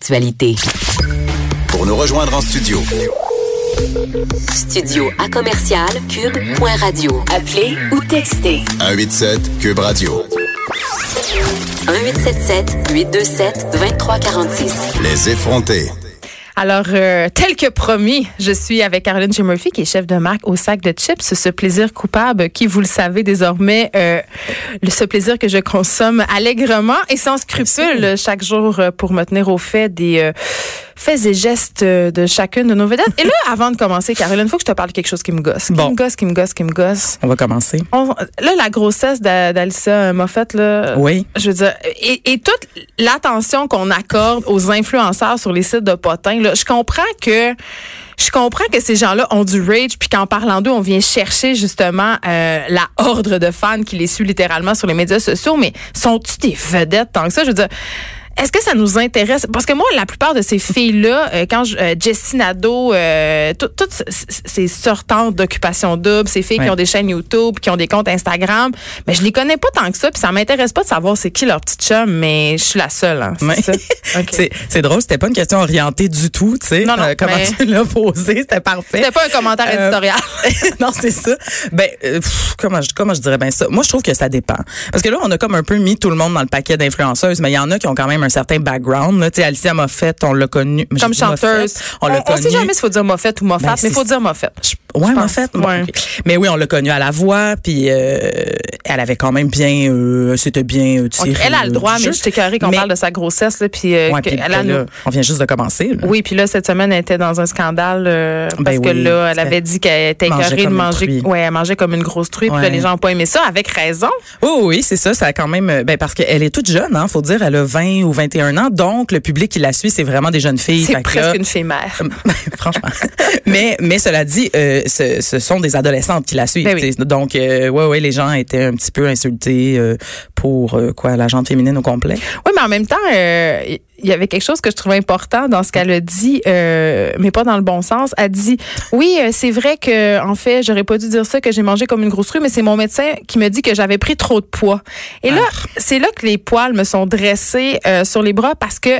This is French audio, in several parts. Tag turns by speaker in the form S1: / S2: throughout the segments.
S1: l'actualité.
S2: Pour nous rejoindre en studio,
S1: Studio à commercial cube.radio. Appelez ou textez
S2: 187 Cube Radio.
S1: 1877 827 2346.
S2: Les effronter.
S3: Alors, euh, tel que promis, je suis avec Caroline J. Murphy, qui est chef de marque au sac de chips, ce plaisir coupable qui, vous le savez désormais, euh, le- ce plaisir que je consomme allègrement et sans scrupule chaque jour euh, pour me tenir au fait des euh, faits et gestes euh, de chacune de nos vedettes. Et là, avant de commencer, Caroline, faut que je te parle de quelque chose qui me gosse. Qui
S4: Bon.
S3: me gosse, qui me gosse, qui me gosse.
S4: On va commencer.
S3: On- là, la grossesse d'A- d'Alissa Moffett, là,
S4: Oui.
S3: je veux dire, et, et toute l'attention qu'on accorde aux influenceurs sur les sites de potins, là, je comprends que je comprends que ces gens-là ont du rage, puis qu'en parlant d'eux, on vient chercher justement euh, la horde de fans qui les suit littéralement sur les médias sociaux, mais sont-tu des vedettes tant que ça? Je veux dire, est-ce que ça nous intéresse? Parce que moi, la plupart de ces filles-là, euh, quand je, euh, Jessie Nadeau, euh, tout- toutes c- c- ces sortantes d'occupation double, ces filles qui
S4: Ouais.
S3: ont des chaînes YouTube, qui ont des comptes Instagram, mais je les connais pas tant que ça, puis ça m'intéresse pas de savoir c'est qui leur petit chum, mais je suis la seule. Hein, c'est
S4: Mais-
S3: ça? Ok.
S4: C'est- C'est drôle, c'était pas une question orientée du tout, tu sais. euh,
S3: Non, non,
S4: comment
S3: mais-
S4: tu l'as posé, c'était parfait.
S3: C'était pas un commentaire
S4: Euh,
S3: éditorial.
S4: non, c'est ça. Ben, euh, pff, comment, je, comment je dirais bien ça? Moi, je trouve que ça dépend. Parce que là, on a comme un peu mis tout le monde dans le paquet d'influenceuses, mais il y en a qui ont quand même un certain background. là. Tu sais, Alicia Moffett, on l'a connue. J'ai
S3: Comme
S4: dit Moffett,
S3: chanteuse.
S4: On l'a connue.
S3: sait jamais s'il faut dire Moffette ou Moffat,
S4: Ben,
S3: mais
S4: c'est-
S3: il faut dire Moffette.
S4: Ouais,
S3: Je
S4: en
S3: pense,
S4: fait. bon,
S3: ouais.
S4: ok. Mais oui, on l'a connue à la voix, puis euh, elle avait quand même bien, euh, c'était bien euh, tiré,
S3: Ok, Elle a le
S4: euh,
S3: droit,
S4: du
S3: mais
S4: jeu.
S3: je suis écoeurée qu'on
S4: Mais-
S3: parle de sa grossesse, là, puis euh,
S4: Ouais,
S3: que-
S4: puis
S3: elle a
S4: que là,
S3: nous-
S4: on vient juste de commencer. là.
S3: Oui, puis là, cette semaine, elle était dans un scandale euh,
S4: Ben
S3: parce que
S4: oui,
S3: là, elle
S4: c'était-
S3: avait dit qu'elle était
S4: Mangeait
S3: écoeurée de
S4: comme une
S3: manger.
S4: truie.
S3: Ouais, elle mangeait comme une grosse truie, puis là,
S4: Ouais.
S3: les gens n'ont pas aimé ça, avec raison.
S4: Oui, oui, Oh oui, c'est ça. Ça a quand même, euh, ben parce qu'elle est toute jeune, hein. Faut dire, elle a 20 ou 21 ans. Donc le public qui la suit, c'est vraiment des jeunes filles.
S3: C'est
S4: Fait que
S3: presque
S4: là,
S3: une fille mère.
S4: Franchement. mais, mais cela dit, euh, ce, ce sont des adolescentes qui la suivent.
S3: Ben oui.
S4: t'sais. Donc, euh, ouais, ouais, les gens étaient un petit peu insultés euh, pour euh, quoi, la gente féminine au complet.
S3: Oui, mais en même temps, euh, il y avait quelque chose que je trouvais important dans ce qu'elle a dit, euh, mais pas dans le bon sens. Elle dit Oui, euh, c'est vrai que, en fait, j'aurais pas dû dire ça, que j'ai mangé comme une grosse rue, mais c'est mon médecin qui me dit que j'avais pris trop de poids. Et là,
S4: Ah.
S3: c'est là que les poils me sont dressés euh, sur les bras parce que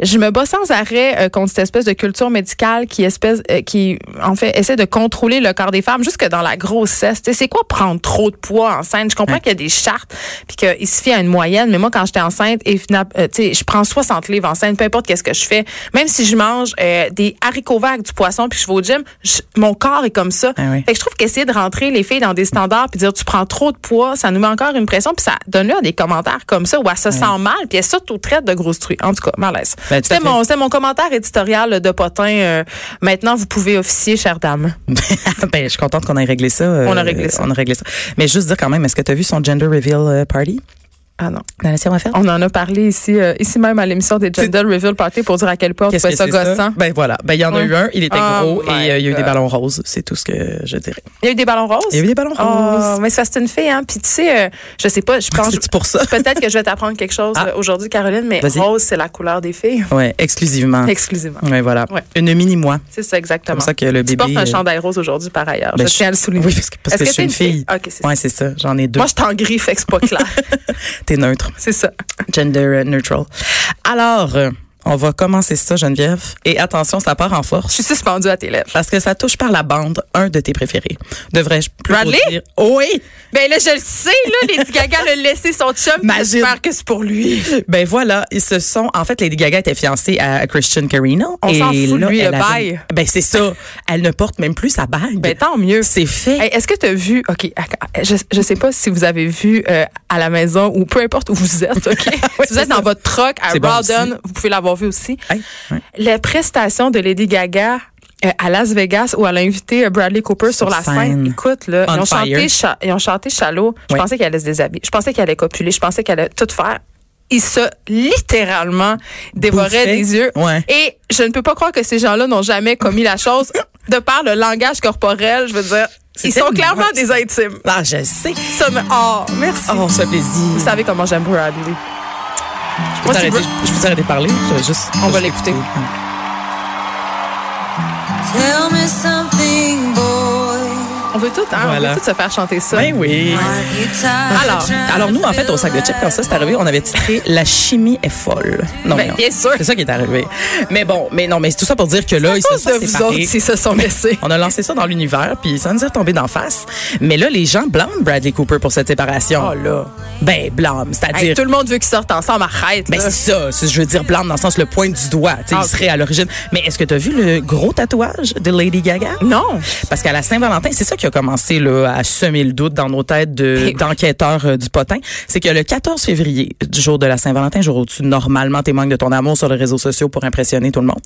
S3: je me bats sans arrêt euh, contre cette espèce de culture médicale qui, espèce, euh, qui, en fait, essaie de contrôler le corps des femmes jusque dans la grossesse. Tu sais, c'est quoi prendre trop de poids enceinte? Je comprends qu'il y a des chartes puis qu'il se fie à une moyenne, mais moi, quand j'étais enceinte, et fina- euh, tu sais, je prends 60 livres enceinte, peu importe qu'est-ce que je fais, même si je mange euh, des haricots verts avec du poisson puis que je vais au gym, je- mon corps est comme ça.
S4: Ah oui.
S3: Fait que je trouve qu'essayer de rentrer les filles dans des standards puis dire tu prends trop de poids, ça nous met encore une pression puis ça donne lieu à des commentaires comme ça où elle se sent mal puis elle s'auto traite de grosse truie. En tout cas, malaise.
S4: Ben, tout à
S3: c'était
S4: fait.
S3: mon c'était mon commentaire éditorial de potin. euh, maintenant, vous pouvez officier, chère dame.
S4: ben, je suis contente qu'on ait réglé ça. euh,
S3: On a réglé ça.
S4: On a réglé ça. Mais juste dire quand même, est-ce que tu as vu son gender reveal euh, party?
S3: Ah non.
S4: Dans la série, on va faire?
S3: On en a parlé ici euh, ici même à l'émission des Gender Reveal Party pour dire à quel point on
S4: Qu'est-ce
S3: trouvait
S4: que
S3: ça
S4: c'est
S3: gossant.
S4: ça? Ben voilà, ben il y en a
S3: Ouais.
S4: eu un, il était
S3: Oh
S4: gros et
S3: my
S4: euh, il y a eu des
S3: God.
S4: ballons roses, c'est tout ce que je dirais.
S3: Il y a eu des ballons roses.
S4: Il y a eu des ballons
S3: Oh,
S4: roses.
S3: mais ça, c'est une fille, hein. Puis tu sais, euh, je sais pas, je pense.
S4: C'est pour ça.
S3: Peut-être que je vais t'apprendre quelque chose
S4: Ah.
S3: euh, aujourd'hui, Caroline, mais
S4: Vas-y.
S3: rose, c'est la couleur des filles.
S4: Ouais, exclusivement.
S3: Exclusivement.
S4: Ouais, voilà.
S3: Ouais.
S4: Une mini moi.
S3: C'est ça, exactement.
S4: Comme ça que le
S3: tu
S4: bébé.
S3: portes un
S4: euh,
S3: chandail rose aujourd'hui, par ailleurs.
S4: ben,
S3: je tiens à le souligner.
S4: Oui, parce que, parce
S3: Est-ce
S4: que je suis
S3: t'es
S4: une fille.
S3: OK, c'est
S4: Ouais, c'est ça. J'en ai
S3: ça.
S4: deux.
S3: Moi, je t'en grille, fait que c'est pas clair.
S4: T'es neutre.
S3: c'est ça.
S4: Gender euh, neutral. Alors, euh, on va commencer ça, Geneviève. Et attention, ça part en
S3: Je
S4: force.
S3: suis suspendue à tes lèvres.
S4: Parce que ça touche par la bande un de tes préférés. Devrais-je plutôt
S3: Bradley?
S4: dire... Oui!
S3: Ben là, je le sais, là, Lady Gaga l'a laissé son chum. puis
S4: Imagine.
S3: J'espère que c'est pour lui.
S4: Ben voilà, ils se sont... En fait, Lady Gaga était fiancée à Christian Carino.
S3: On
S4: et
S3: s'en fout de
S4: là,
S3: lui,
S4: elle
S3: le
S4: avait-
S3: bail.
S4: Ben c'est ça. Elle ne porte même plus sa bague.
S3: Ben tant mieux.
S4: c'est fait.
S3: Hey, Est-ce que tu as vu, OK, attends, je, je sais pas si vous avez vu euh, à la maison ou peu importe où vous êtes, OK? si vous êtes dans votre truck à
S4: C'est bon
S3: Rawdon,
S4: aussi.
S3: vous pouvez l'avoir vu aussi.
S4: Hey, ouais.
S3: Les prestations de Lady Gaga euh, à Las Vegas où elle a invité euh, Bradley Cooper sur,
S4: Sur
S3: la scène.
S4: scène.
S3: Écoute, là, ils
S4: On
S3: ont, chanté,
S4: fire.
S3: cha- ils ont chanté Shallow. Je
S4: Ouais.
S3: pensais qu'elle allait se déshabiller. Je pensais qu'elle allait copuler. Je pensais qu'elle allait tout faire. Ils se littéralement dévoraient
S4: Bouffaient.
S3: des yeux.
S4: Ouais.
S3: Et je ne peux pas croire que ces gens-là n'ont jamais commis la chose de par le langage corporel. Je veux dire,
S4: C'est
S3: ils sont
S4: tellement
S3: clairement
S4: vrai,
S3: des intimes.
S4: Ah, je sais.
S3: Ça me- Oh, merci.
S4: Oh, ça fait plaisir.
S3: Vous savez comment j'aime Bradley.
S4: Je peux
S3: Moi, c'est
S4: t'arrêter-
S3: Bra-
S4: je peux t'arrêter de parler. Je vais juste,
S3: On va
S4: juste
S3: l'écouter.
S5: Tell me something, boy.
S3: On veut tout, hein? On
S4: Voilà.
S3: veut tout se faire chanter ça.
S4: Ben oui. Ah, Alors, alors nous, en fait, au sac de chips, quand ça c'est arrivé, on avait titré La chimie est folle.
S3: Ben,
S4: Non, mais non.
S3: bien sûr.
S4: C'est ça qui est arrivé. Mais bon, mais non, mais c'est tout ça pour dire que là, ils se
S3: cause de
S4: sont
S3: vous
S4: séparés.
S3: autres s'ils se sont laissés.
S4: On a lancé ça dans l'univers, puis ça nous est tombé d'en face. Mais là, les gens blâment Bradley Cooper pour cette séparation.
S3: Oh là.
S4: Ben, blâme.
S3: Hey,
S4: C'est-à-dire.
S3: tout le monde veut qu'ils sortent ensemble, arrête.
S4: Ben
S3: là.
S4: c'est ça, c'est- je veux dire blâme dans le sens le point du doigt, tu sais,
S3: Ah,
S4: il serait à l'origine. Mais est-ce que tu as vu le gros tatouage de Lady Gaga
S3: non.
S4: Parce qu'à la Saint-Valentin, c'est ça qui a commencé là, à semer le doute dans nos têtes
S3: Eh
S4: de-
S3: oui.
S4: d'enquêteurs euh, du potin. C'est que le 14 février, du jour de la Saint-Valentin, jour où tu normalement témoignes de ton amour sur les réseaux sociaux pour impressionner tout le monde,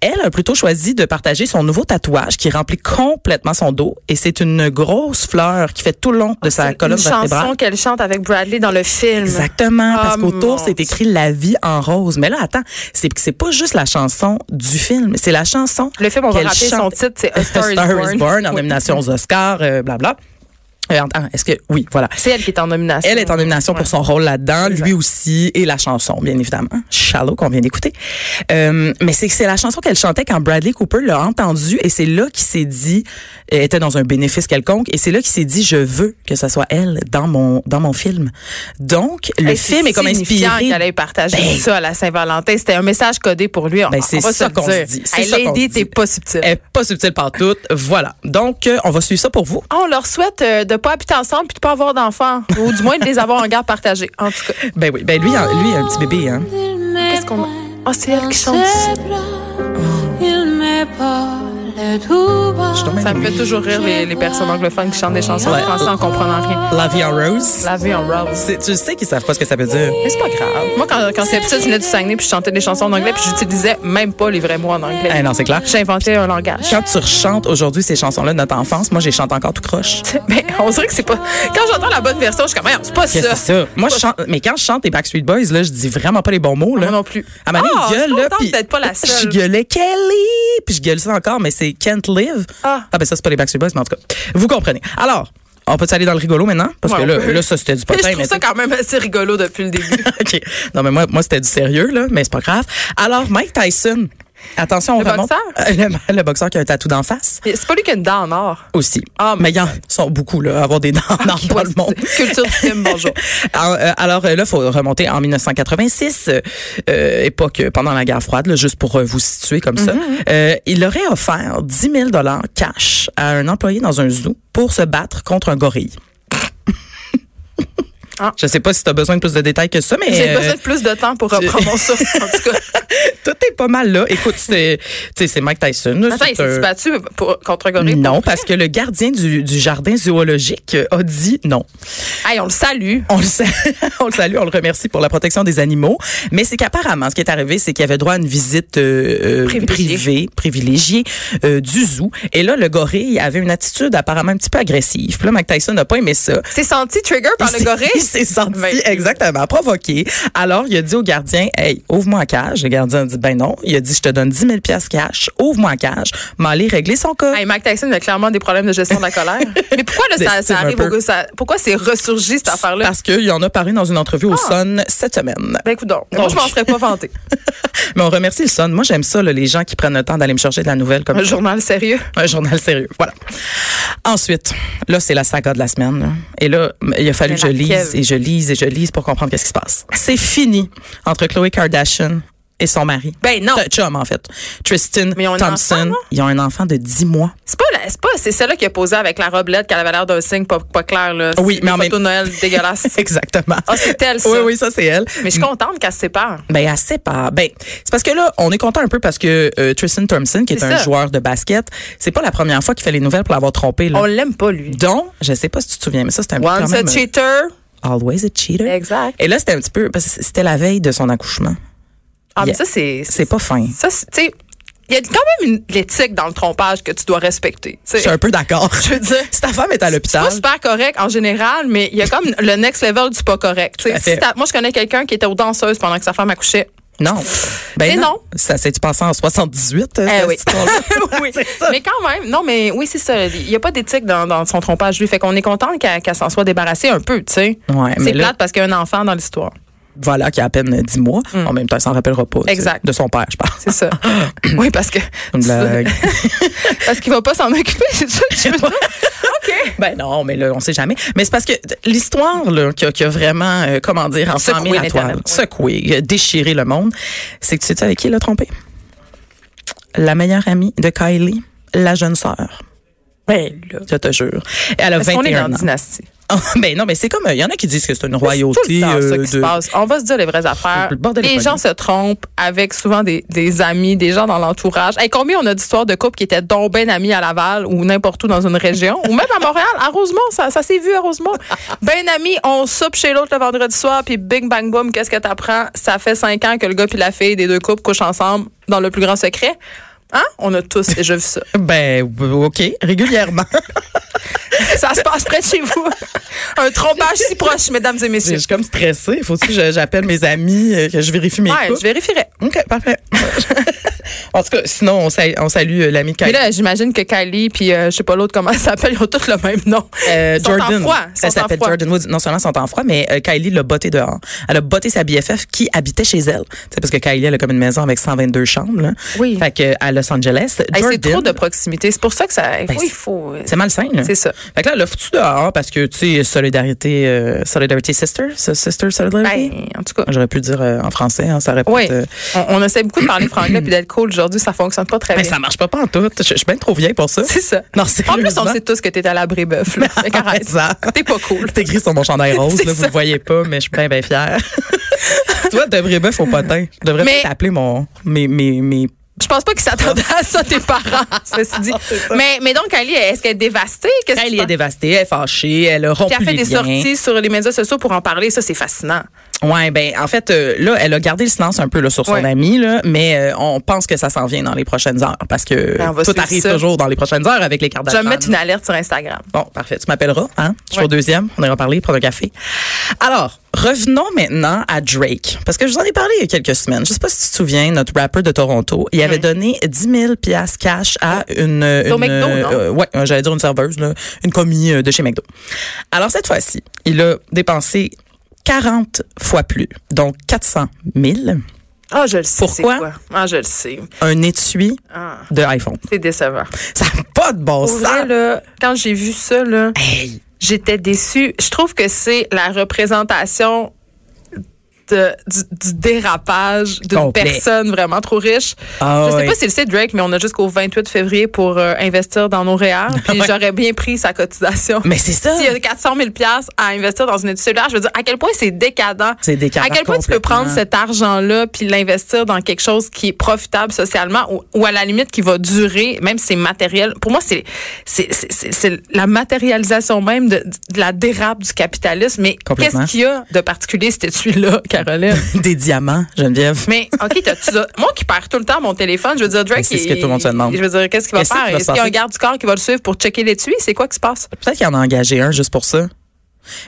S4: elle a plutôt choisi de partager son nouveau tatouage qui remplit complètement son dos et c'est une grosse fleur qui fait tout le long de sa
S3: Ah, C'est
S4: colonne
S3: une chanson
S4: vertébrale.
S3: qu'elle chante avec Bradley dans le film.
S4: Exactement, parce
S3: Ah, mon
S4: qu'autour, c'est écrit La vie en rose. Mais là, attends, c'est c'est pas juste la chanson du film, c'est la chanson.
S3: Le film, on va
S4: qu'elle
S3: rappeler son
S4: chante-
S3: titre, c'est A Star,
S4: A Star is Born, en
S3: Oui.
S4: nomination aux Oscars, euh, blabla. Euh, attends, est-ce que oui, voilà.
S3: C'est elle qui est en nomination.
S4: Elle est en nomination
S3: Ouais.
S4: pour son rôle là-dedans, lui aussi, et la chanson, bien évidemment. Shallow qu'on vient d'écouter. Euh, mais c'est c'est la chanson qu'elle chantait quand Bradley Cooper l'a entendue, et c'est là qu'il s'est dit, elle était dans un bénéfice quelconque, et c'est là qu'il s'est dit, je veux que ça soit elle dans mon dans mon film. Donc le
S3: Hey, c'est
S4: film est comme
S3: signifiant
S4: inspiré.
S3: qu'elle ait partagé
S4: Ben.
S3: ça à la Saint-Valentin. C'était un message codé pour lui. On,
S4: Ben,
S3: on
S4: c'est
S3: va
S4: ça
S3: se
S4: qu'on
S3: le
S4: se
S3: dire.
S4: dit. C'est
S3: Hey,
S4: ça qu'on
S3: Lady,
S4: se
S3: t'es
S4: dit. Euh,
S3: pas subtil.
S4: Elle est pas subtile partout. voilà. Donc euh, on va suivre ça pour vous.
S3: on leur souhaite euh, de pas habiter ensemble puis de pas avoir d'enfants ou du moins de les avoir en garde partagée. En tout cas,
S4: Ben oui, ben lui, hein, lui, il a un petit bébé, hein.
S3: qu'est-ce qu'on a Ah, c'est elle qui chante.
S4: Je suis tombée
S3: Ça me fait
S4: amoureuse.
S3: toujours rire les, les personnes anglophones qui chantent des chansons en
S4: Ouais.
S3: français en comprenant rien.
S4: La vie en rose.
S3: La vie en rose.
S4: C'est- Tu sais qu'ils savent pas ce que ça veut dire.
S3: Mais c'est pas grave. Moi, quand, quand c'était petite, je venais du Saguenay puis je chantais des chansons en anglais puis j'utilisais même pas les vrais mots en anglais.
S4: Eh non, c'est clair.
S3: J'inventais un langage.
S4: Quand tu rechantes aujourd'hui ces chansons-là de notre enfance, moi, je les chante encore tout croche.
S3: Ben, on dirait que c'est pas. Quand j'entends la bonne version, je suis comme, Merde, c'est pas
S4: Qu'est-ce
S3: ça.
S4: que c'est ça? Moi, je chante, mais quand je chante les Backstreet Boys, là, je dis vraiment pas les bons mots, là.
S3: Moi non plus.
S4: À ma
S3: Ah,
S4: je
S3: je
S4: gueule,
S3: suis
S4: là.
S3: contente
S4: puis-
S3: d'être pas la
S4: Je
S3: seule.
S4: gueulais Kelly, puis je gueule ça encore, mais c'est Can't Live.
S3: Ah.
S4: ben ça, c'est pas les Backstreet Boys, mais en tout cas, vous comprenez. Alors, on peut aller dans le rigolo maintenant? Parce
S3: Ouais,
S4: que
S3: on
S4: là,
S3: peut.
S4: là, ça, c'était du
S3: je
S4: potin,
S3: trouve ça quand même assez rigolo depuis le début.
S4: OK. Non, mais moi, moi c'était du sérieux, là, mais c'est pas grave. Alors, Mike Tyson. Attention, on
S3: Le
S4: remonte.
S3: boxeur?
S4: Euh, Le, le boxeur qui a un tatou d'en face
S3: c'est pas lui qui a une dent en or.
S4: aussi.
S3: Ah,
S4: mais il y en sont beaucoup, là, à avoir des dents dans
S3: Qui
S4: dans
S3: doit
S4: le monde.
S3: se- Culture du film, bonjour.
S4: Alors, euh, alors, euh, là, faut remonter en 1986, euh, euh, époque euh, pendant la guerre froide, là, juste pour euh, vous situer comme
S3: Mhm,
S4: ça. Euh, il aurait offert 10 000 dollars cash à un employé dans un zoo pour se battre contre un gorille.
S3: Ah.
S4: Je sais pas si tu as besoin de plus de détails que ça, mais
S3: J'ai
S4: euh,
S3: besoin de plus de temps pour reprendre mon souffle, en tout cas.
S4: tout est pas mal là. Écoute, c'est tu sais, c'est Mike Tyson. là,
S3: Attends,
S4: c'est
S3: il s'est
S4: un-
S3: battu pour, contre un gorille.
S4: non, parce que le gardien du, du jardin zoologique euh, a dit non.
S3: Hey, on le salue.
S4: On le, sa- on le salue, on le remercie pour la protection des animaux. Mais c'est qu'apparemment, ce qui est arrivé, c'est qu'il avait droit à une visite euh, euh,
S3: Privilégiée.
S4: privée, privilégiée euh, du zoo. Et là, le gorille avait une attitude apparemment un petit peu agressive. Puis là, Mike Tyson n'a pas aimé ça.
S3: T'es senti trigger par
S4: Il
S3: le
S4: s'est- Il
S3: gorille?
S4: s'est senti
S3: Ben-
S4: exactement provoqué. Alors, il a dit au gardien, hey, ouvre-moi en cage. Le gardien a dit, ben non. Il a dit, je te donne 10 000 piastres cash. Ouvre-moi en cage. M'en aller régler son cas.
S3: Hey, Mike Tyson a clairement des problèmes de gestion de la colère. Mais pourquoi là, ça, ça
S4: J'estime un
S3: arrive
S4: peu.
S3: au gars? ça- Pourquoi c'est ressurgi cette affaire-là?
S4: Parce qu'il en a parlé dans une entrevue au Sun cette semaine.
S3: Ah. Ben écoute donc, moi je m'en serais pas vanté.
S4: Mais on remercie le Sun. Moi, j'aime ça, là, les gens qui prennent le temps d'aller me chercher de la nouvelle comme
S3: Un
S4: ça.
S3: journal sérieux.
S4: Un journal sérieux. Voilà. Ensuite, là, c'est la saga de la semaine. là. Et là, m- il a fallu
S3: Mais
S4: que je
S3: laquelle?
S4: lise et je lise et je lise pour comprendre qu'est-ce qui se passe. C'est fini entre Chloé Kardashian et son mari.
S3: Ben non.
S4: T- Chum, en fait. Tristan
S3: Mais ils ont un
S4: Thompson.
S3: enfant, non?
S4: ils ont un enfant de 10 mois.
S3: C'est pas, la- c'est pas, c'est celle-là qui a posé avec la robelette qu'elle avait l'air d'un signe pas, pas clair, là.
S4: Oui,
S3: C'est
S4: mais
S3: une
S4: en même-
S3: photo de Noël dégueulasse.
S4: Exactement.
S3: Ah, c'est elle, ça.
S4: Oui, oui, ça, c'est elle.
S3: Mais je suis contente qu'elle se sépare.
S4: Ben, elle sépare. Ben, c'est parce que là, on est content un peu parce que euh, Tristan Thompson, qui est,
S3: C'est
S4: un
S3: ça.
S4: joueur de basket, c'est pas la première fois qu'il fait les nouvelles pour l'avoir trompé. Là.
S3: On l'aime pas, lui.
S4: Donc, je sais pas si tu te souviens, mais ça, c'était un peu quand
S3: Once a
S4: même, euh,
S3: cheater.
S4: Always a cheater.
S3: Exact.
S4: Et là, c'était un petit peu, parce que c'était la veille de son accouchement.
S3: Ah, mais
S4: Yeah.
S3: ça, c'est.
S4: C'est pas fin.
S3: Ça, c'est- tu sais, il y a quand même une de l'éthique dans le trompage que tu dois respecter. tu sais.
S4: Je suis un peu d'accord.
S3: veux dire,
S4: si ta femme est à
S3: C'est
S4: l'hôpital,
S3: pas super correct en général, mais il y a comme le next level du pas correct. tu sais.
S4: à fait.
S3: Si t'as- moi, je connais quelqu'un qui était aux danseuses pendant que sa femme accouchait.
S4: non.
S3: C'est
S4: Ben
S3: non.
S4: Ça s'est passé en 78. euh,
S3: Eh
S4: cette
S3: oui.
S4: histoire-là?
S3: Oui.
S4: C'est ça.
S3: Mais quand même, non, mais oui, c'est ça. Il n'y a pas d'éthique dans, dans son trompage, lui. Fait qu'on est content qu'elle qu'elle s'en soit débarrassée un peu, tu sais.
S4: Ouais, mais
S3: c'est
S4: là-
S3: plate parce qu'il y a un enfant dans l'histoire.
S4: Voilà, qui a à peine 10 mois. En même temps, il s'en rappellera pas. tu sais,
S3: Mm. Exact.
S4: De son père, je pense.
S3: C'est ça. oui, parce que.
S4: Une blague.
S3: parce qu'il va pas s'en occuper, c'est ça que tu veux dire? Ah,
S4: Ben non, mais là, on sait jamais. Mais c'est parce que l'histoire là, qui, a, qui a vraiment, euh, comment dire, enflammé
S3: Secoué
S4: la
S3: l'Internet,
S4: toile,
S3: ouais.
S4: secoué, euh, déchiré le monde, c'est que tu sais avec qui il a trompé? La meilleure amie de Kylie, la jeune sœur.
S3: Ben là.
S4: Je te jure. Et Elle a
S3: Est-ce qu'on est
S4: 21
S3: dans
S4: ans.
S3: la dynastie?
S4: ben non, mais c'est comme, il y en a qui disent que c'est une
S3: C'est tout le
S4: royauté
S3: temps ça
S4: euh,
S3: qui se
S4: de-
S3: passe. On va se dire les vraies affaires.
S4: Le bordel est
S3: les
S4: pogné.
S3: gens se trompent avec souvent des, des amis, des gens dans l'entourage. Hey, combien on a d'histoires de couples qui étaient donc ben amis à Laval ou n'importe où dans une région ou même à Montréal, à Rosemont, ça, ça s'est vu à Rosemont. Ben amis, on soupe chez l'autre le vendredi soir puis bing bang boom, qu'est-ce que t'apprends? Ça fait cinq ans que le gars puis la fille des deux couples couchent ensemble dans le plus grand secret. Hein? On a tous déjà vu ça.
S4: Ben, OK, régulièrement.
S3: Ça se passe près de chez vous. Un trompage si proche, mesdames et
S4: je
S3: messieurs.
S4: suis comme stressée. Il faut aussi que je- j'appelle mes amis, euh, que je vérifie mes
S3: Ouais,
S4: couples.
S3: je vérifierai.
S4: OK, parfait. en tout cas, sinon, on salue, on salue, euh, l'ami Kylie.
S3: Mais là, j'imagine que Kylie puis euh, je sais pas l'autre comment elle s'appelle, ils ont tous le même nom.
S4: Euh,
S3: Ils sont en froid, ils sont en
S4: Elle s'appelle
S3: froid.
S4: Jordan Woods. Non seulement sont en froid, mais euh, Kylie l'a botté dehors. Elle a botté sa BFF qui habitait chez elle. C'est parce que Kylie, elle a comme une maison avec 122 chambres. là.
S3: Oui.
S4: Fait que, à Los Angeles,
S3: Hey, c'est
S4: Jordan, Ben,
S3: trop de proximité. C'est pour ça que ça. oui, il faut. euh,
S4: c'est malsain. là.
S3: C'est ça.
S4: Fait que là, elle l'a foutu dehors parce que, tu sais, solidarité, euh, solidarity sister, so- sister solidarity.
S3: Ben, en tout cas.
S4: J'aurais pu le dire euh, en français, hein, ça aurait pu
S3: Oui.
S4: être, euh,
S3: On, on essaie beaucoup de parler franglais puis d'être cool. Aujourd'hui, ça fonctionne pas très
S4: Mais
S3: bien.
S4: Ben, ça marche pas pas en tout. Je, je suis bien trop vieille pour ça.
S3: C'est ça.
S4: Non,
S3: En plus, on
S4: sérieusement.
S3: sait tous que t'es à la Brébeuf. là. Fait qu'arrête.
S4: Ça.
S3: T'es pas cool.
S4: C'est écrit sur mon chandail rose,
S3: C'est
S4: là, vous
S3: ça.
S4: le voyez pas, mais je suis bien, bien fière. tu vois, de vrai bœuf au potin. Je devrais
S3: Mais-
S4: peut-être appeler mon, mes, mes, mes-
S3: Je pense pas qu'ils s'attendaient à ça, tes parents. ceci dit. Mais, mais donc, Kylie, est-ce qu'elle est dévastée? Qu'est-ce que tu
S4: Elle est
S3: penses?
S4: dévastée, elle est fâchée, elle a rompu
S3: Puis elle fait
S4: les
S3: des
S4: liens.
S3: sorties sur les médias sociaux pour en parler. Ça, c'est fascinant.
S4: Ouais, ben en fait euh, là, elle a gardé le silence un peu là, sur son
S3: Ouais.
S4: ami là, mais euh, on pense que ça s'en vient dans les prochaines heures parce que
S3: Ben, on va
S4: tout
S3: suivre
S4: arrive
S3: ça.
S4: toujours dans les prochaines heures avec les
S3: Je
S4: Kardashian.
S3: vais me mettre une alerte sur Instagram.
S4: Bon, parfait. Tu m'appelleras, hein? Je suis
S3: Ouais.
S4: au deuxième. On ira parler, prendre un café. Alors, revenons maintenant à Drake. Parce que je vous en ai parlé il y a quelques semaines. Je sais pas si tu te souviens, notre rappeur de Toronto, il avait donné 10 000 piastres cash à une... une
S3: Au McDo, non?
S4: euh, ouais, euh, j'allais dire une serveuse, là, une commis euh, de chez McDo. Alors, cette fois-ci, il a dépensé 40 fois plus, donc 400 000,
S3: Ah, je le sais. c'est
S4: Pourquoi?
S3: quoi. Ah, je le sais.
S4: un étui
S3: Ah.
S4: de iPhone.
S3: C'est décevant.
S4: Ça n'a pas de bon
S3: Pour vrai,
S4: sens.
S3: là, quand j'ai vu ça, là,
S4: Hey,
S3: j'étais déçue. Je trouve que c'est la représentation de- du, du dérapage d'une
S4: Complet.
S3: personne vraiment trop riche.
S4: Ah
S3: je sais
S4: ouais.
S3: pas si le sait Drake, mais on a jusqu'au 28 février pour euh, investir dans nos REER. Puis
S4: Ouais.
S3: j'aurais bien pris sa cotisation.
S4: mais c'est ça.
S3: S'il y a 400 000 piastres à investir dans une étude cellulaire, je veux dire, à quel point c'est décadent.
S4: C'est décadent
S3: À quel point tu peux
S4: complètement.
S3: prendre cet argent-là puis l'investir dans quelque chose qui est profitable socialement ou, ou à la limite qui va durer, même si c'est matériel. Pour moi, c'est c'est- c'est- c'est- c'est la matérialisation même de, de la dérape du capitalisme. Mais
S4: Complètement.
S3: qu'est-ce qu'il y a de particulier cet étui-là, Caroline?
S4: Des diamants, Geneviève.
S3: Mais OK, t'as- tu as- moi qui perds tout le temps mon téléphone, je veux dire Drake
S4: Mais c'est ce
S3: il-
S4: que tout le monde se demande.
S3: Je veux dire qu'est-ce qu'il va
S4: Qu'est-ce qui
S3: faire
S4: va se
S3: Est-ce qu'il y a un
S4: passer?
S3: garde du corps qui va le suivre pour checker l'étui C'est quoi qui se passe
S4: Peut-être qu'il en a engagé un juste pour ça.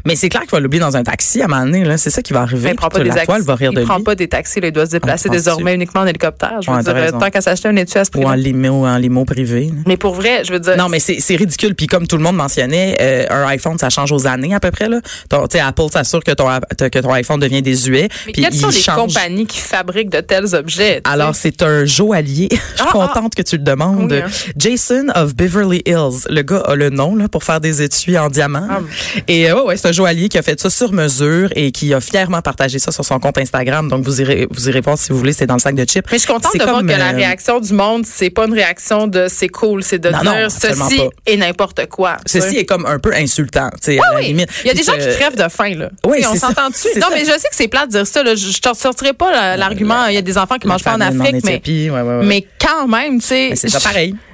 S4: Mais c'est clair qu'il va l'oublier dans un taxi à un moment donné. là. C'est ça qui va arriver.
S3: Ben, il prend pas
S4: Puis
S3: des
S4: la toile
S3: taxis.
S4: va rire
S3: il
S4: de
S3: prend
S4: lui. Ah,
S3: pas des taxis, là, il doit se déplacer
S4: penses-tu?
S3: désormais uniquement en hélicoptère. Je veux
S4: Ouais,
S3: dire,
S4: t'as
S3: euh,
S4: raison.
S3: tant qu'à s'acheter un étui à ce prix
S4: Ou en limo, en limo privé. là.
S3: Mais pour vrai, je veux dire.
S4: Non, mais c'est c'est ridicule. Puis comme tout le monde mentionnait, euh, un iPhone, ça change aux années à peu près. Là. Ton, tu sais, Apple s'assure que ton, que ton iPhone devient désuet.
S3: mais
S4: Puis
S3: quelles
S4: il
S3: sont les
S4: change. Ah,
S3: compagnies qui fabriquent de tels objets? tu sais?
S4: Alors, c'est un joaillier. Je suis
S3: Ah, ah.
S4: contente que tu le demandes.
S3: Oui, hein.
S4: Jason of Beverly Hills. Le gars a le nom là, pour faire des étuis en diamant.
S3: Ah.
S4: Et euh, ouais, ouais, c'est un joaillier qui a fait ça sur mesure et qui a fièrement partagé ça sur son compte Instagram. Donc, vous irez, vous irez voir si vous voulez. C'est dans le sac de chips.
S3: mais je suis contente
S4: C'est
S3: de voir
S4: comme,
S3: que la
S4: euh,
S3: réaction du monde, c'est pas une réaction de c'est cool, c'est de
S4: Non,
S3: dire
S4: non, absolument
S3: ceci
S4: pas.
S3: et n'importe quoi. tu
S4: Ceci
S3: sais.
S4: est comme un peu insultant, tu sais, à la
S3: Ah Oui,
S4: limite.
S3: Il y a des
S4: Puis,
S3: gens
S4: euh,
S3: qui crèvent de faim, là.
S4: Oui,
S3: Tu sais, on
S4: c'est ça.
S3: s'entend dessus.
S4: C'est
S3: Non,
S4: ça.
S3: mais je sais que c'est plat de dire ça. là. Je je te sortirai pas la- l'argument. Il y a des enfants qui
S4: la
S3: mangent pas en
S4: famine en
S3: Afrique, mais,
S4: Éthiopie, ouais, ouais, ouais.
S3: mais quand même, tu sais.
S4: mais c'est ça
S3: je-
S4: pareil.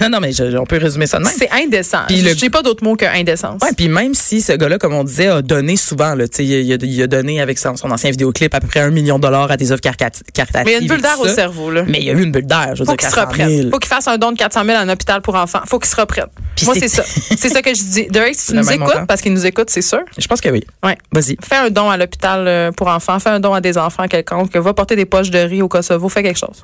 S4: non, non, mais je- on peut résumer ça de même.
S3: C'est indécent.
S4: Puis le-
S3: J'ai pas d'autre mot que indécence.
S4: Ouais, puis même si ce gars-là, comme on disait, a donné souvent, là, tu sais, il, a- il a donné avec son, son ancien vidéoclip à peu près un million de dollars à des œuvres carcati- caritatives.
S3: Mais il y a une
S4: et
S3: bulle
S4: tout
S3: d'air au
S4: ça.
S3: cerveau, là.
S4: Mais il y a eu une bulle d'air, je veux
S3: Faut
S4: dire,
S3: qu'il se
S4: 400 000.
S3: reprenne. Faut qu'il fasse un don de 400 000 à un hôpital pour enfants. Faut qu'il se reprenne.
S4: Puis
S3: Moi, c'est
S4: c'est-
S3: ça. C'est ça que je dis. Derek, si tu
S4: Le
S3: nous
S4: même
S3: écoutes,
S4: montant.
S3: parce qu'il nous écoute, c'est sûr.
S4: Je pense que oui.
S3: Ouais.
S4: Vas-y.
S3: Fais un don à l'hôpital euh, pour enfants. Fais un don à des enfants quelconques. Va porter des poches de riz au Kosovo. Fais quelque chose.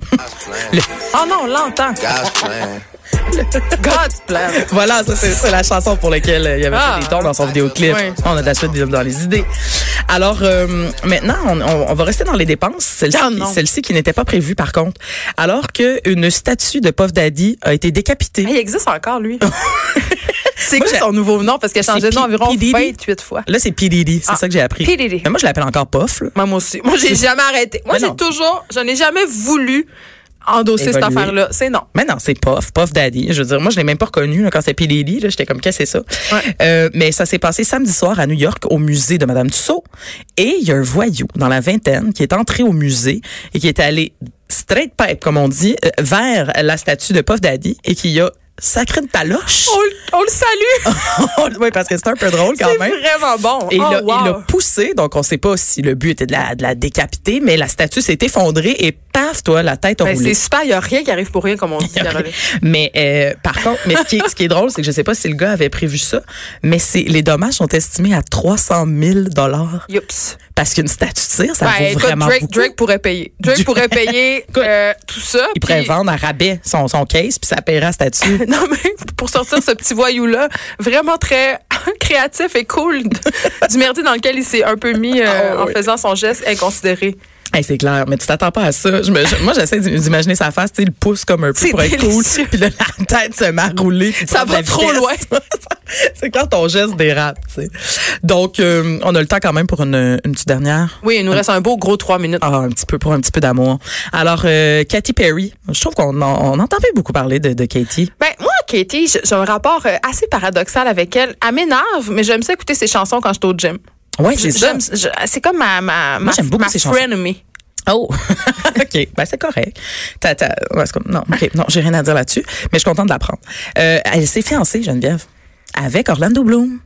S3: Oh non, on l'entend.
S5: God's plan.
S3: God's plan.
S4: Voilà, ça c'est c'est la chanson pour laquelle euh, il avait
S3: Ah.
S4: fait des dons dans son vidéoclip.
S3: Oui.
S4: On a de la suite dans les idées. Alors euh, maintenant, on, on- on va rester dans les dépenses. Celle-ci,
S3: Ah, non.
S4: celle-ci qui n'était pas prévue par contre. Alors que une statue de Puff Daddy a été décapitée.
S3: Hey, il existe encore, lui.
S4: C'est
S3: Moi,
S4: que
S3: j'ai
S4: j'a-
S3: son nouveau nom parce qu'elle changeait de nom
S4: P-
S3: environ
S4: P. Diddy?
S3: 28 fois.
S4: Là, c'est P. Diddy, c'est
S3: Ah,
S4: ça que j'ai appris.
S3: P. Diddy.
S4: Mais moi, je l'appelle encore Puff. là.
S3: Moi, moi aussi. Moi, j'ai jamais arrêté. Moi,
S4: Mais
S3: j'ai
S4: non.
S3: toujours, je n'ai jamais voulu endosser cette
S4: Évoluer.
S3: affaire-là. C'est non.
S4: Mais non, c'est Puff, Puff Daddy. Je veux dire, moi, je l'ai même pas reconnu là, quand c'était P. Diddy. là, J'étais comme, qu'est-ce que c'est ça?
S3: Ouais.
S4: Euh, mais ça s'est passé samedi soir à New York, au musée de Madame Tussaud. Et il y a un voyou dans la vingtaine qui est entré au musée et qui est allé straight pipe, comme on dit, euh, vers la statue de Puff Daddy et qui a sacré une taloche.
S3: On, le- on le salue.
S4: oui, parce que c'est un peu drôle Ah, quand
S3: Oh C'est
S4: même.
S3: vraiment bon.
S4: Et il
S3: Oh,
S4: l'a- il l'a
S3: wow.
S4: poussé, donc on sait pas si le but était de la, de la décapiter, mais la statue s'est effondrée et paf, toi, la tête a
S3: Ben,
S4: roulé.
S3: c'est super. Il n'y a rien qui arrive pour rien, comme on dit, Caroline.
S4: Mais euh, par contre, mais ce qui, est, ce qui est drôle, c'est que je sais pas si le gars avait prévu ça, mais c'est les dommages sont estimés à 300 000 dollars
S3: Youps.
S4: parce qu'une statue de cire, ça
S3: Ben,
S4: vaut
S3: écoute,
S4: vraiment
S3: Drake,
S4: beaucoup.
S3: Drake pourrait payer. Drake pourrait payer euh, tout ça.
S4: il pourrait
S3: puis-
S4: vendre à rabais son, son case puis ça paiera la statue.
S3: Non, mais pour sortir ce petit voyou-là, vraiment très créatif et cool de- du merdier dans lequel il s'est un peu mis euh,
S4: Ah,
S3: en
S4: oui.
S3: faisant son geste inconsidéré.
S4: Hey, c'est clair, mais tu t'attends pas à ça. Je me- je- moi, j'essaie d'im- d'imaginer sa face, tu sais, le pouce comme un peu
S3: C'est
S4: pour être cool,
S3: délicieux.
S4: puis là, la tête se met à rouler. puis
S3: Ça
S4: prendre de la
S3: va trop
S4: vitesse. c'est quand ton geste dérape, tu sais. Donc, euh, on a le temps quand même pour une, une petite dernière.
S3: Oui, il nous reste un beau gros trois minutes.
S4: Ah, un petit peu pour un petit peu d'amour. Alors, euh, Katy Perry, je trouve qu'on en- on entend bien beaucoup parler de, de Katy.
S3: Ben, moi, Katie, j'ai j'ai un rapport euh, assez paradoxal avec elle. Elle m'énerve, mais j'aime ça écouter ses chansons quand je suis au gym.
S4: Ouais, c'est ça.
S3: J'aime- je- C'est comme ma, ma, ma,
S4: j'aime beaucoup
S3: ma
S4: ses chansons.
S3: frenemy.
S4: Oh, ok, ben c'est correct. T'as- t'as- ouais, c'est comme- non, ok, non, j'ai rien à dire là-dessus, mais je suis contente de l'apprendre. Euh, elle s'est fiancée, Geneviève, avec Orlando Bloom.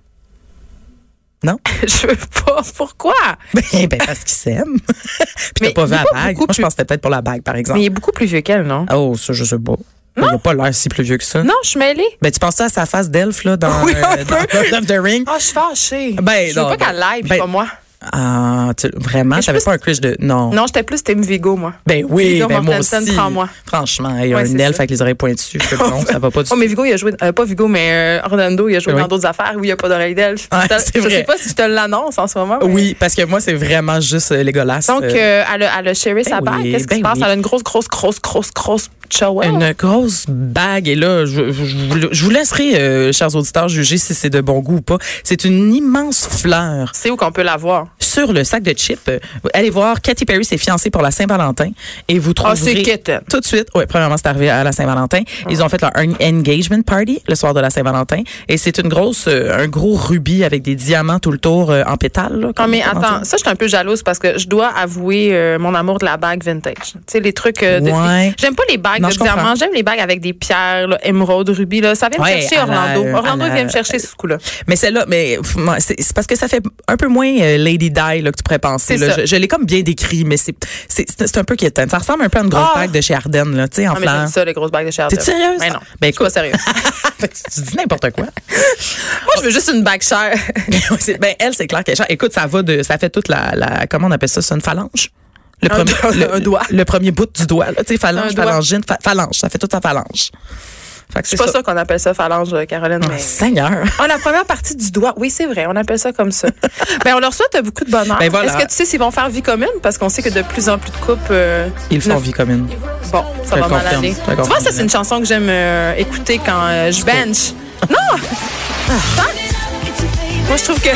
S4: Non?
S3: Je veux pas. Pourquoi?
S4: Ben, ben, parce qu'ils s'aiment. Puis
S3: Mais
S4: t'as pas vu
S3: il est
S4: la
S3: pas
S4: bague.
S3: beaucoup
S4: Moi, je
S3: plus-
S4: pense que c'était peut-être pour la bague, par exemple.
S3: Mais il est beaucoup plus vieux qu'elle, non?
S4: Oh, ça, je sais pas. Il a pas l'air si plus vieux que ça.
S3: Non, je suis mêlée.
S4: Ben, tu penses ça à sa face d'elfe, là, dans,
S3: Oui, un
S4: euh, dans
S3: peu.
S4: Lord of the Ring?
S3: Ah, je suis fâchée.
S4: Ben,
S3: je veux
S4: non,
S3: pas
S4: ben,
S3: qu'elle l'aille, puis
S4: ben-
S3: pas moi.
S4: Ah, tu- vraiment?
S3: Mais je
S4: J'avais
S3: pense-
S4: pas un crush de. Non.
S3: Non, j'étais plus Tim Vigo, moi.
S4: Ben oui,
S3: Viggo
S4: ben moi
S3: Mortensen,
S4: aussi.
S3: prends-moi.
S4: Franchement, il y a
S3: Ouais,
S4: un
S3: c'est
S4: elfe
S3: ça.
S4: avec les oreilles pointues. Je fais, non, ça va pas du
S3: Oh,
S4: tout.
S3: mais Vigo, il a joué. euh, pas Vigo, mais euh, Orlando, il a joué
S4: Oui.
S3: dans d'autres affaires où il n'y a pas d'oreille d'elfe.
S4: Ouais,
S3: Je te-
S4: c'est
S3: je
S4: vrai.
S3: sais pas si je te l'annonce en ce moment. mais-
S4: Oui, parce que moi, c'est vraiment juste euh, Legolas.
S3: Donc,
S4: euh,
S3: euh, elle, a, elle a chéri sa
S4: oui,
S3: bague. Qu'est-ce qui
S4: ben
S3: se passe?
S4: oui.
S3: Elle a une grosse, grosse, grosse, grosse, grosse chihuahua.
S4: Une grosse bague. Et là, je, je- je vous- je vous laisserai, euh, chers auditeurs, juger si c'est de bon goût ou pas. C'est une immense fleur
S3: C'est où qu'on peut la voir?
S4: sur le sac de chips. Euh, Allez voir, Katy Perry s'est fiancée pour la Saint-Valentin et vous
S3: Ah, c'est
S4: trouverez...
S3: quétaine. Ah.
S4: tout de suite, ouais, premièrement, c'est arrivé à la Saint-Valentin. Ils ont fait leur en- engagement party le soir de la Saint-Valentin. Et c'est une grosse, euh, un gros rubis avec des diamants tout le tour euh, en pétale. là,
S3: Non,
S4: comme-
S3: Ah, mais
S4: comment
S3: attends,
S4: dire.
S3: ça, je suis un peu jalouse parce que je dois avouer euh, mon amour de la bague vintage. Tu sais, les trucs euh, de.
S4: Ouais.
S3: J'aime pas les bagues
S4: Non,
S3: de
S4: je comprends.
S3: diamants, j'aime les bagues avec des pierres, là, émeraudes, rubis. Là. Ça vient
S4: Ouais,
S3: me chercher
S4: à la-
S3: Orlando.
S4: euh,
S3: Orlando
S4: à la-
S3: vient me chercher ce coup-là.
S4: Mais celle-là, mais pff, moi, c'est c'est parce que ça fait un peu moins euh, Lady Di là, que tu pourrais penser.
S3: C'est
S4: là.
S3: ça.
S4: Je, je l'ai comme bien décrit, mais c'est c'est- c'est- c'est un peu quétaine. Ça ressemble un peu à une grosse
S3: Ah!
S4: bague de chez Ardenne, là, tu sais, en
S3: Non, mais j'aime
S4: fleurs.
S3: ça, les grosses bagues de chez
S4: T'es sérieuse?
S3: Mais non.
S4: Ben
S3: Je suis pas
S4: écoute,
S3: sérieuse.
S4: tu dis n'importe quoi.
S3: Moi, je veux juste une bague chère.
S4: C'est- ben elle, c'est clair qu'elle chante. Écoute, ça va de, ça fait toute la, la comment on appelle ça, c'est une phalange. Le
S3: Un doigt,
S4: le,
S3: un doigt.
S4: Le premier bout du doigt, là, tu sais, phalange,
S3: Un doigt.
S4: phalangine, pha- phalange, ça fait toute sa phalange. Fait que
S3: Je suis pas sûre qu'on appelle ça phalange, euh, Caroline.
S4: Oh,
S3: mais-
S4: Seigneur.
S3: Ah, la première partie du doigt. Oui, c'est vrai. On appelle ça comme ça. Mais on leur souhaite beaucoup de bonheur.
S4: Ben voilà.
S3: Est-ce que tu sais s'ils vont faire vie commune? Parce qu'on sait que de plus en plus de couples. euh,
S4: Ils font
S3: ne-
S4: vie commune.
S3: Bon, ça
S4: Je
S3: va
S4: le
S3: mal
S4: confirme.
S3: aller.
S4: Je le
S3: Tu vois,
S4: confirme.
S3: ça, c'est une chanson que j'aime euh, écouter quand euh, je bench. Non! Ah. Moi, je trouve que.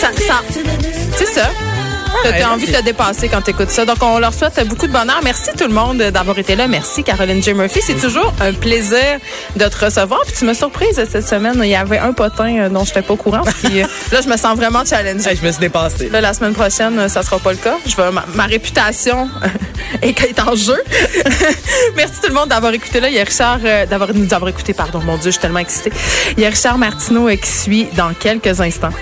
S3: Ça, ça, c'est ça. T'as
S4: ouais,
S3: t'as envie de te dépasser quand t'écoutes ça. Donc, on leur souhaite beaucoup de bonheur. Merci tout le monde d'avoir été là. Merci Caroline J. Murphy. C'est toujours un plaisir de te recevoir. Puis tu m'as surprise cette semaine. Il y avait un potin euh, dont je n'étais pas au courant. Puis euh, là, je me sens vraiment challengée.
S4: Hey, je me suis dépassée.
S3: Là, la semaine prochaine, euh, ça sera pas le cas. Je vais, ma, ma réputation euh, est, est en jeu. Merci tout le monde d'avoir écouté là. Il y a Richard, euh, d'avoir, nous avoir écouté, pardon, mon Dieu, je suis tellement excitée. Il y a Richard Martineau euh, qui suit dans quelques instants.